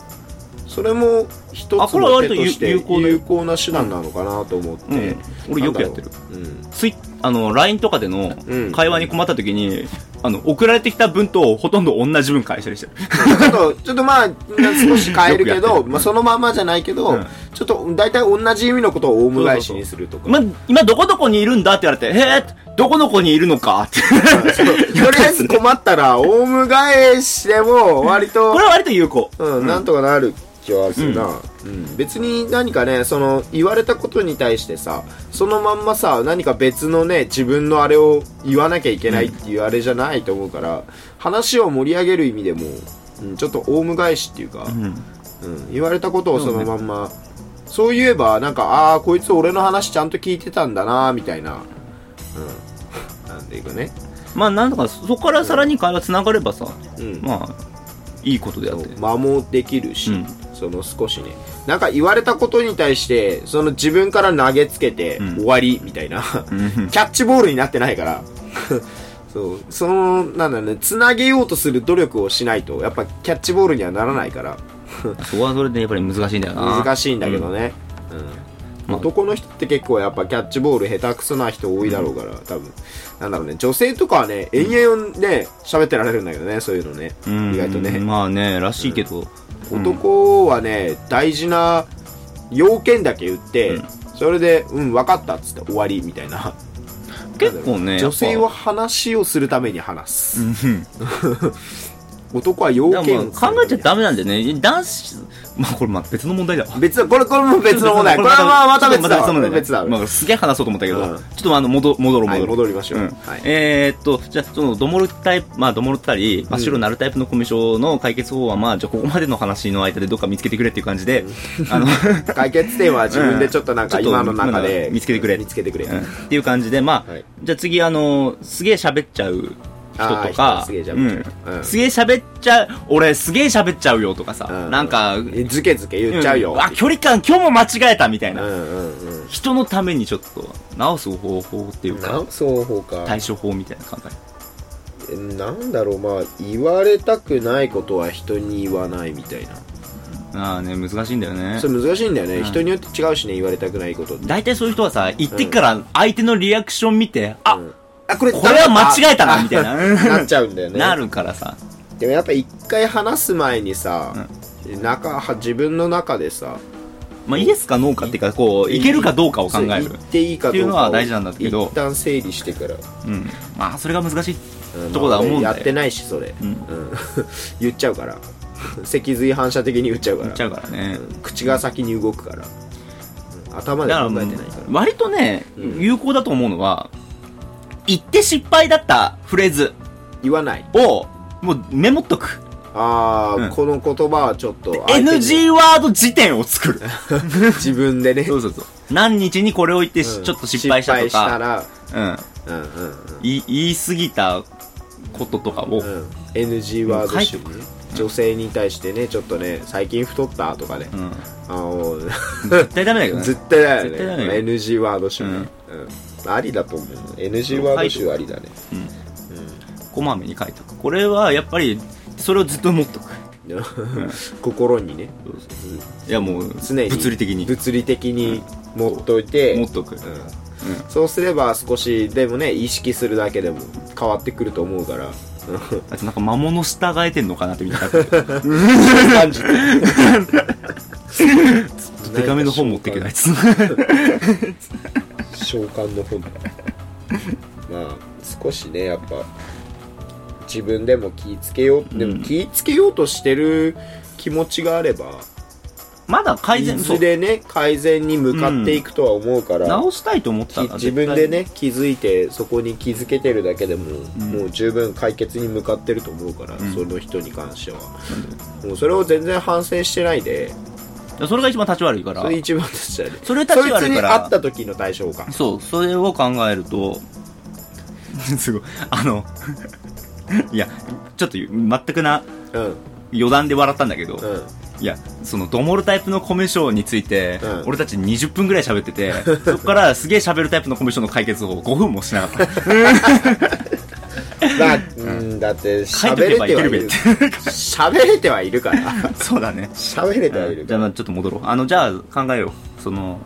S1: それも一
S2: あ
S1: つ
S2: これは
S1: の
S2: 割と
S1: 手として
S2: 有有効な
S1: 有効な手段なのかなと思って、
S2: うん俺よくやってる。
S1: うん。
S2: ツイあの、LINE とかでの
S1: うん
S2: 会話に困った時に、あの、送られてきた文とほとんど同じ文返したりしてる。
S1: ちょっと、 ちょっとまあ、少し変えるけ
S2: よくやって
S1: ど、
S2: る
S1: まあそのまんまじゃないけど、
S2: うん
S1: ちょっと大体同じ意味のことをオウム返しにするとか。
S2: 今、今どこどこにいるんだって言われて、へえどこどこにいるのかって。
S1: とりあえず困ったら、オウム返しでも割 と、
S2: これは割と有効。
S1: うん、なんとかなる気はするな、うん別に何かねその言われたことに対してさそのまんまさ何か別のね自分のあれを言わなきゃいけないっていうあれじゃないと思うから、話を盛り上げる意味でも、うん、ちょっとオウム返しっていうか
S2: う、ん。
S1: うん、言われたことをそのまんまそう,、いえばなんかああーこいつ俺の話ちゃんと聞いてたんだなみたいな、うん、 なんでいくね、
S2: まあ、なんとか、そこからさらに会話繋がればさ、
S1: うん、
S2: まあ、いいことであって。
S1: 間もできるし、
S2: うん
S1: その少しねなんか言われたことに対してその自分から投げつけて
S2: うん
S1: 終わりみたいな、
S2: うん
S1: キャッチボールになってないから そうそのなんだろうねつなげようとする努力をしないとやっぱキャッチボールにはならないから
S2: そこはそれでやっぱり難しいんだよな。
S1: 難しいんだけどね、うん男の人って結構やっぱキャッチボール下手くそな人多いだろうから、多分なんだろうね女性とかはね延々ね喋ってられるんだけどねそういうのね、
S2: うん
S1: 意外とね、
S2: まあね、らしいけど。
S1: 男はね大事な要件だけ言って、
S2: うん
S1: それで「うん分かった」っつって終わりみたいな
S2: 結構ね、
S1: 女性
S2: やっ
S1: は話をするために話
S2: ぱ。う
S1: す、
S2: ん
S1: 男は要
S2: だから
S1: 件を
S2: まあ考えちゃダメなんだよね。男子、まあこれまあ別の問題だわ。
S1: 別だこれこれも別 の問題これはまあまた別だわ
S2: ちょっとまた
S1: 別
S2: 別の
S1: だ
S2: 問題
S1: わ
S2: まあすげえ話そうと思ったけど、
S1: うん
S2: ちょっとまああの戻戻ろう
S1: はい
S2: 戻ろう。
S1: 戻りましょう、
S2: うん
S1: はい
S2: えーっと、じゃあ、その、どもるタイプ、まあ、どもるったり、真っ白になるタイプのコミュ障の解決法は、まあ、じゃあ、ここまでの話の間でどっか見つけてくれっていう感じで、あの、
S1: 解決点は自分でちょっとなんか
S2: うんちょっと
S1: 今の中で、
S2: 今の見つけてくれ
S1: 見つけてくれ、
S2: うんっていう感じで、まあ、
S1: はい
S2: じゃあ次、あの、すげえ喋っちゃう人と
S1: あー
S2: か、
S1: すげえ喋っちゃう
S2: う
S1: うんん
S2: すげえ喋っちゃう、俺すげえ喋っちゃうよとかさ、
S1: うん
S2: なんか、
S1: えずけずけ言っちゃうよ、
S2: んあ、距離感今日も間違えたみたいな、
S1: うんうんうん
S2: 人のためにちょっと直す方法っていうか
S1: な、そうほうか
S2: 対処法みたいな考え。
S1: なんだろうまあ言われたくないことは人に言わないみたいな
S2: ああね、難しいんだよね
S1: そ。れ難しいんだよね、
S2: うん
S1: 人によって違うしね言われたくないことって
S2: 大体そういう人はさ、言ってから相手のリアクション見て、あ、
S1: うんあこれ
S2: これは
S1: ダメだ
S2: 間違えたなみたいな
S1: なっちゃうんだよね
S2: なるからさ、
S1: でもやっぱ一回話す前にさ、中は自分の中でさ
S2: まあ、イエスかノーかっていうか、こう、いけるかどうかを考え
S1: 言
S2: る。
S1: っていい
S2: っ
S1: かどうかを
S2: ていうのは大事なんだけど
S1: 一旦整理してから、
S2: うん。まあ、それが難しい
S1: うん
S2: とこだと思うんだ
S1: や
S2: よ。
S1: ってないしそれ、
S2: うん
S1: うん 言っちゃうから 脊髄反射的に言っちゃうから
S2: 言っちゃうからね。
S1: うん口が先に動くから、うん頭
S2: だ
S1: で
S2: から
S1: 考
S2: も
S1: え
S2: う
S1: てないから、
S2: 割とね、
S1: うん
S2: 有効だと思うのは、言って失敗だったフレーズ
S1: 言わない
S2: を、もうメモっとく。
S1: ああ、
S2: うん
S1: この言葉はちょっと相手に
S2: NG ワード辞典を作 る。
S1: 自分でね
S2: そうそうそう。何日にこれを言ってし、
S1: うん
S2: ちょっと失敗したと
S1: 失敗し
S2: か、
S1: たら
S2: うん。
S1: うんうん
S2: い言い過ぎたこととかを、
S1: うん、うん、NG ワード集
S2: うん書いてくる
S1: ね女性に対してねちょっとね最近太ったとかね、
S2: うん。
S1: あの
S2: 絶対ダメだけどね。
S1: 絶対だよね
S2: 絶対だよ
S1: NG ワード集ね、
S2: う
S1: うんんありだと思う。NG ワード集ありだね。
S2: こまめに書いとくこれはやっぱりそれをずっと持っとく
S1: うん 心にね、
S2: いやもう
S1: 常に。
S2: 物理的に
S1: 物理的に持っといて。
S2: 持っとく、
S1: うん
S2: う
S1: そうすれば少しでもね、意識するだけでも変わってくると思 うから。うん
S2: あとなんか魔物従えてんのかなって見た かった
S1: 感 じて。
S2: デカめの本持ってけない つ
S1: 召喚の本まあ少しねやっぱ自分でも気ぃつけようで
S2: うん
S1: も気ぃつけようとしてる気持ちがあれば、
S2: まだ改
S1: い
S2: 善そ
S1: ず
S2: う
S1: れね改善に向かっていくとは思うから、
S2: 直したいと思っ
S1: き
S2: たら
S1: 自分でね気づいてそこに気づけてるだけでも、
S2: ん
S1: もう十分解決に向かってると思うから、
S2: ん
S1: その人に関しては、もうそれを全然反省してないで
S2: 絶対それが一番立ち悪いから
S1: それ一番でしたね
S2: それ立ち悪いから
S1: そいつに会った時の対象感
S2: そう、それを考えると、 すごい、あの、 いや、ちょっと全くな
S1: うん
S2: 余談で笑ったんだけど、
S1: うん
S2: いや、そのドモルタイプのコミュ障について、
S1: うん
S2: 俺たち20分ぐらい喋ってて、 そこからすげえ喋るタイプのコミュ障の解決法5分もしな かった。
S1: だ,、うん、だって
S2: 書い
S1: 喋
S2: とけば
S1: れてはい
S2: い
S1: る
S2: け
S1: 喋れてはいるから
S2: そうだね。
S1: 喋れてはい
S2: うん
S1: る
S2: じゃ
S1: か
S2: あま
S1: ら
S2: あちょっと戻ろう。あの、じゃあ考えよう。その、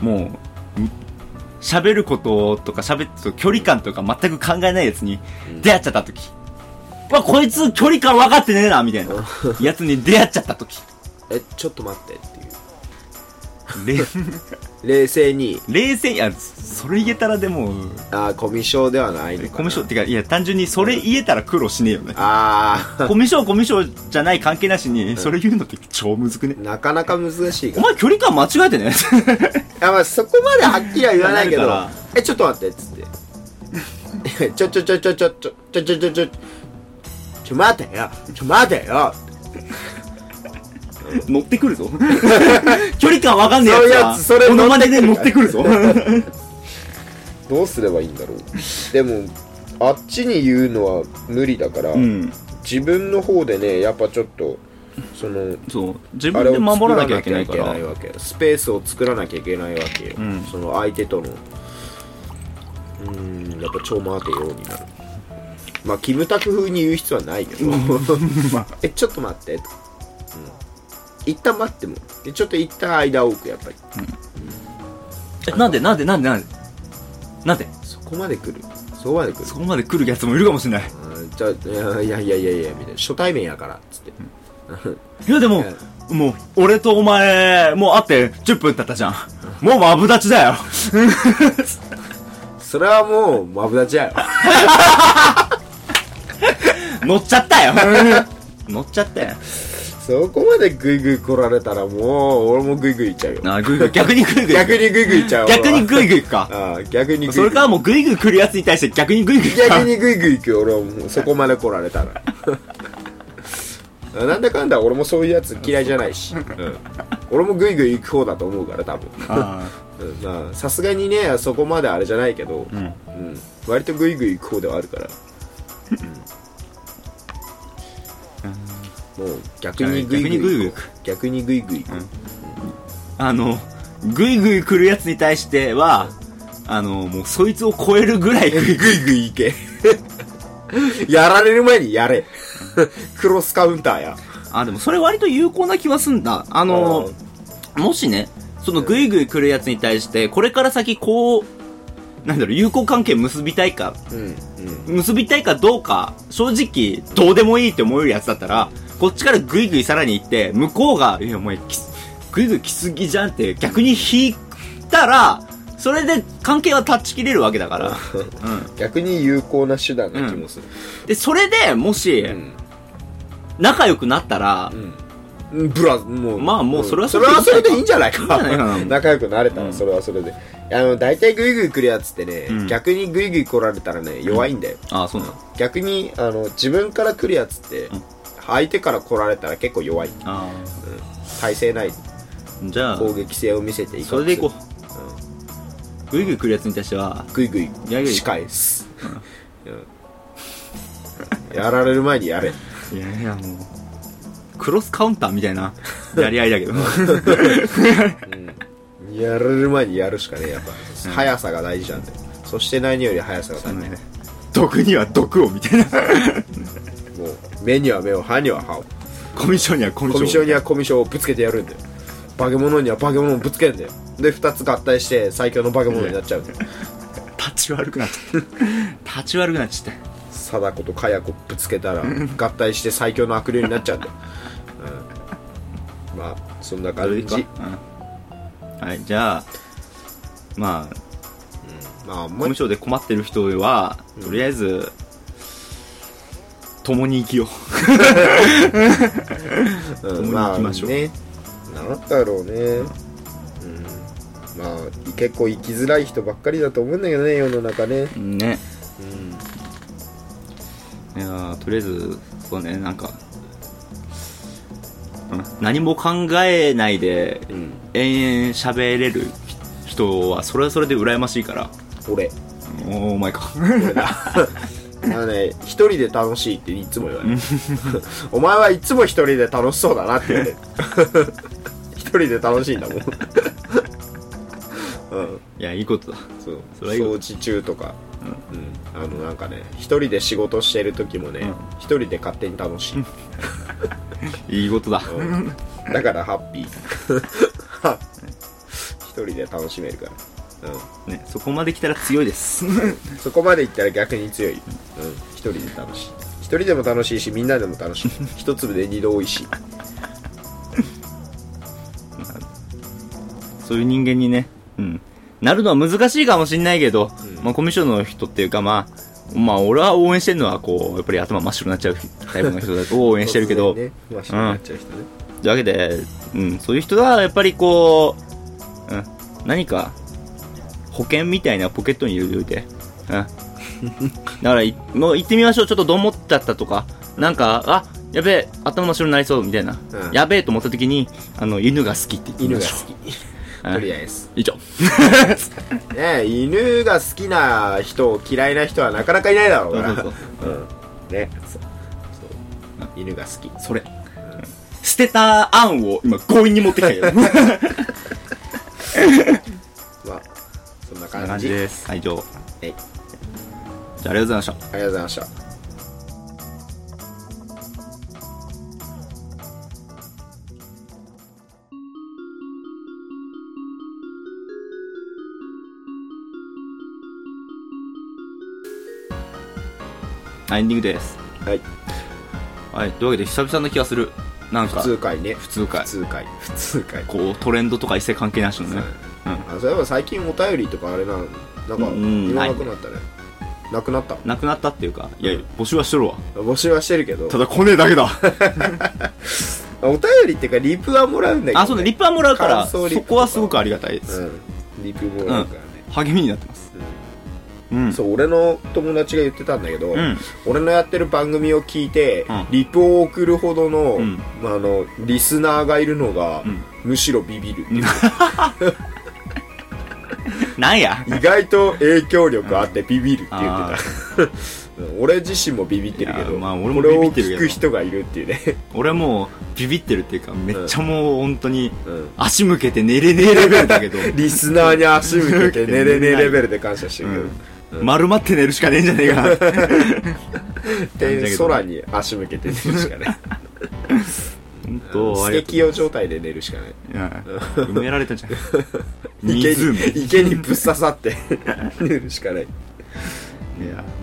S2: もう、ん喋ることとか喋って距離感とか全く考えないやつに出会っちゃった時。うわ、こいつ距離感分かってねえな、みたいな。やつに出会っちゃった 時。
S1: えちょっと待ってっていう
S2: れ
S1: 冷静に
S2: 冷静に、あ、それ言えたらでも、
S1: ああコミショではないのかな
S2: コミュ障ってか、いや、単純にそれ言えたら苦労しねえよね。
S1: ああ
S2: コミュ障、コミュ障じゃない関係なしに、それ言うのって超むずくね。
S1: なかなか難しいか
S2: お
S1: ら
S2: 前距離感間違えてね。
S1: あ、まあ、そこまではっきりは言わないけど
S2: なるか
S1: えちょっと待ってっつってちょちょちょちょちょちょちょちょちょちょちょ待てよちょ待てよ
S2: 乗ってくるぞ。 距離感わかんねえ
S1: そういう
S2: やつ
S1: や
S2: は
S1: つそれ
S2: モノマネで乗ってくるぞ。
S1: どうすればいいんだろうでもあっちに言うのは無理だか ら、
S2: うん。
S1: 自分の方でねやっぱちょっとその
S2: そう。自
S1: あ
S2: 分
S1: れ
S2: で
S1: を
S2: 守
S1: 守
S2: ら
S1: ら
S2: な
S1: な
S2: き
S1: き
S2: ゃ
S1: ゃ
S2: い
S1: い
S2: け
S1: け
S2: な
S1: ないい
S2: から。うん。
S1: わけスペースを作らなきゃいけないわけよ、
S2: うん
S1: その相手とのうーんやっぱ超回てようになるまあキムタク風に言う必要はないけど えちょっと待ってと、うん、一旦待ってもでちょっと一旦間を置くやっぱり
S2: えなんでなんでなんでなんでなんで
S1: そこまで来るそこまで来る
S2: そこまで来るやつもいるかもしれない。
S1: あーじゃあいやいやいやいやいやみたいな初対面やからっつって、
S2: いやでも、もう、俺とお前、もう会って10分経ったじゃん。もうマブダチだ よ。
S1: それはもうマブダ チやよ
S2: 乗っちゃった よ。乗っちゃったよ。
S1: そこまでグイグイ来られたらもう俺もグイグイいっちゃうよ
S2: なあ、グイグイ、逆にグイグイ。
S1: 逆にグイグイいっちゃう
S2: 逆にグイ
S1: イ
S2: グイか。
S1: ああ逆にグイグイ
S2: それからもうグイグイ来るやつに対して逆にグイグイか。
S1: 逆にグイグイ行くよ俺はもうそこまで来られた らなんだかんだ俺もそういうやつ嫌いじゃないし、うん、俺もグイグイ行く方だと思うから多分
S2: あ
S1: うんまあさすがにねそこまであれじゃないけど、
S2: ーうん。
S1: うん、割とグイグイ行く方ではあるから、うん、もう逆にグイグイ行こう逆にグイグイ行こう
S2: あの、ぐいぐい来るやつに対しては、あの、もうそいつを超えるぐらい
S1: グ
S2: ぐい
S1: イグイグイ行けやられる前にやれクロスカウンターや
S2: あ、でもそれ割と有効な気はすんだ。あの、もしね、そのぐいぐい来るやつに対して、これから先こう、なんだろう、友好関係結びたいか、
S1: うんうん
S2: 結びたいかどうか、正直、どうでもいいって思えるやつだったら、こっちからぐいぐいさらに行って、向こうが、いや、お前、きぐいぐい来すぎじゃんって逆に引いたら、それで関係は断ち切れるわけだから。うん。
S1: 逆に有効な手段な気もする、
S2: で、それでもし
S1: う、ん
S2: 仲良くなったら、
S1: うんブラもう
S2: まあもうそれは
S1: それはそれでいいんじゃない
S2: いいん
S1: か
S2: じゃない かな
S1: 仲良くなれた
S2: うん
S1: らそれはそれで、あの大体グイグイ来るやつってね、
S2: うん
S1: 逆にグイグイ来られたらね弱いんだよ、
S2: ああ、そうなの。
S1: 逆にあの自分から来るやつって、
S2: ん
S1: 相手から来られたら結構弱い
S2: あ
S1: 耐性ない
S2: あ。じゃあ、
S1: 攻撃性を見せていく
S2: それでいこ
S1: う
S2: う。ぐいぐい来るやつに対しては、
S1: グイグ
S2: やる
S1: イ仕返す、うんやられる前にやれ
S2: いやいや、もう、クロスカウンターみたいな、やり合いだけど。
S1: うんやられる前にやるしかねやっぱ、速さが大事なんだよそして何より速さが大事、
S2: ね 毒には毒をみたいな
S1: もう目には目を歯には歯を
S2: コミッションにはコミ
S1: コ
S2: ッ
S1: ミュ
S2: ション
S1: 障にはコミュ障をぶつけてやるんだよ化け物には化け物をぶつけるんだよで2つ合体して最強の化け物になっちゃうんだよ
S2: タッチ悪くなっちゃった タッチ悪くなっちゃった
S1: 貞子とかや子ぶつけたら合体して最強の悪霊になっちゃうんだよ、うん、まあそんな感じ
S2: うんはいじゃあまあ
S1: まあも
S2: コ
S1: う
S2: ミュ障で困ってる人はとりあえず共に生きよ
S1: う
S2: 共
S1: ん
S2: に行きましょう
S1: あねなんだろうねうんまあ結構生きづらい人ばっかりだと思うんだけどね世の中ね
S2: うね
S1: うん
S2: いやーとりあえずそうねなんかうん何も考えないで
S1: うん
S2: 延々喋れる人はそれはそれで羨ましいから
S1: 俺
S2: おお前 か
S1: あのね、一人で楽しいっていつも言われる。 お前はいつも一人で楽しそうだなって言われる。 一人で楽しいんだ もん。うん、
S2: いやいいことだ
S1: そう
S2: それはいい
S1: 掃
S2: よ
S1: 除中とか、うんあのなんかね一人で仕事してる時もね
S2: うん
S1: 一、人で勝手に楽しい、
S2: いいことだ
S1: うんだからハッピー一人で楽しめるから、う
S2: ねそこまで来たら強いです
S1: ん、そこまでいったら逆に強い、うん、一人で楽しい一人でも楽しいしみんなでも 楽しい一粒で二度おいしい
S2: そういう人間にねうんなるのは難しいかもしんないけど、
S1: うん
S2: まあコミュ障の人っていうかまあまあ俺は応援してるのはこうやっぱり頭真っ白になっちゃうタイプの人だ と応援してるけど、
S1: 突然ね、真っ白になっちゃう人ね、
S2: というわけで、うん、そういう人はやっぱりこう、うん、何か保険みたいなポケットに入れておいて、 うん、だからいもう行ってみましょうちょっとどう思っちゃったとかなんかあやべえ頭真っ白になりそうみたいな、
S1: うん
S2: やべえと思った時にあの犬が好きって言ってみ
S1: 犬
S2: ま
S1: が
S2: しょ
S1: 好き
S2: う
S1: とり
S2: え
S1: あえず
S2: 以上
S1: ね犬が好きな人嫌いな人はなかなかいないだろうから
S2: そうそう
S1: うんねそうそう犬が好き
S2: それ、捨てた案を今強引に持ってきた けどこん
S1: まあそんな
S2: な
S1: 感
S2: 感
S1: じ
S2: じですはい以上
S1: はい
S2: じゃあありがとうございました
S1: ありがとうございました
S2: はいエンディングです
S1: はい
S2: はいというわけで久々な気がするなんか
S1: 普通回ね普
S2: 普通回
S1: 通回普通回
S2: こうトレンドとか一切関係なしのね、
S1: あそういえば最近お便りとかあれなのなんか
S2: うん
S1: 言わなくなったねなくなった
S2: なくなったっていうかいや募集はしとるわ
S1: 募集はしてるけど
S2: だ来ねえだけだ
S1: お便りっていうかリプはもらうんだけど
S2: あそうねリップはもらうから
S1: 感想
S2: そ
S1: リップとか
S2: こはすごくありがたいです、
S1: うんリプもらうからね
S2: 励みになってます
S1: うん
S2: うん
S1: そう俺の友達が言ってたんだけど、
S2: うん
S1: 俺のやってる番組を聞いて、
S2: うん
S1: リプを送るほどの,、
S2: うん
S1: あのリスナーがいるのが、
S2: うん
S1: むしろビビるっていう
S2: なんや
S1: 意外と影響力あってビビるって言って
S2: あ
S1: たうん 俺自身もビビってるけ
S2: い
S1: ど、
S2: やまあ俺も
S1: これ
S2: ビビ
S1: を
S2: ってるけど
S1: 聞く人がいるっていうね、
S2: 俺はもうビビってるっていうかめっちゃもう本当に
S1: うん
S2: 足向けて寝れねえレベルだけど
S1: リスナーに足向 けて寝れねえレベルで感謝してるけど、
S2: うん丸まって寝るしかねえんじゃねえかな
S1: で空に足向けて寝るしか ない
S2: 本当
S1: ス
S2: あり
S1: ケ
S2: がと
S1: キヨ状態で寝るしかないう
S2: うん埋められ たじゃん
S1: 池
S2: 湖
S1: に池にぶっ刺さって 寝るしかない
S2: いや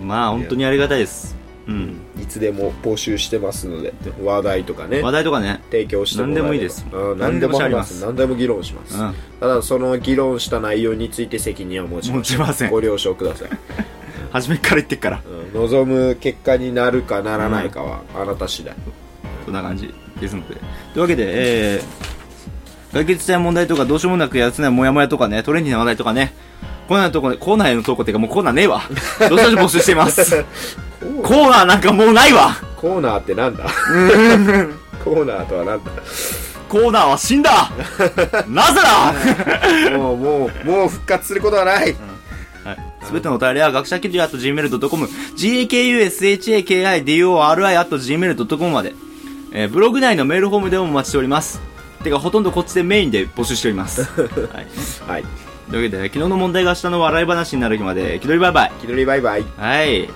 S2: まあ本当にありがたいですうん
S1: いつでも募集してますので話題とかね
S2: 話題とかね
S1: 提供してもらえれば
S2: 何でもいいです
S1: うん何で
S2: 何で
S1: も
S2: もし
S1: 話す
S2: ます
S1: 何でも議論します、
S2: うん
S1: ただその議論した内容について責任は持ちま
S2: 持ち
S1: せん
S2: ません
S1: ご了承ください、
S2: 初めから言ってっから
S1: うん望む結果になるかならないかはあなた次第、
S2: そんな感じですので。というわけで、えー、解決したい問題とか、どうしようもなくやつないモヤモヤとかね、トレンディな話題とかね、コーナーのとこ、コーナーへの投稿っていうか、もうコーナーねえわ。どうしよう募集してます。コーナーなんかもうないわ
S1: コーナーってなんだ コーナーとはなんだ
S2: コーナーは死んだなぜだ
S1: もうもうもう復活することはない、
S2: すべてのお便りは、学者記事や gmail.com、gakushakidori.gmail.com まで、えーブログ内のメールフォームでもお待ちしております。てかほとんどこっちでメインで募集しております、はい、
S1: はい。
S2: というわけで昨日の問題が明日の笑い話になる日まで気取りバイバイ
S1: 気取りバイバイ。
S2: はい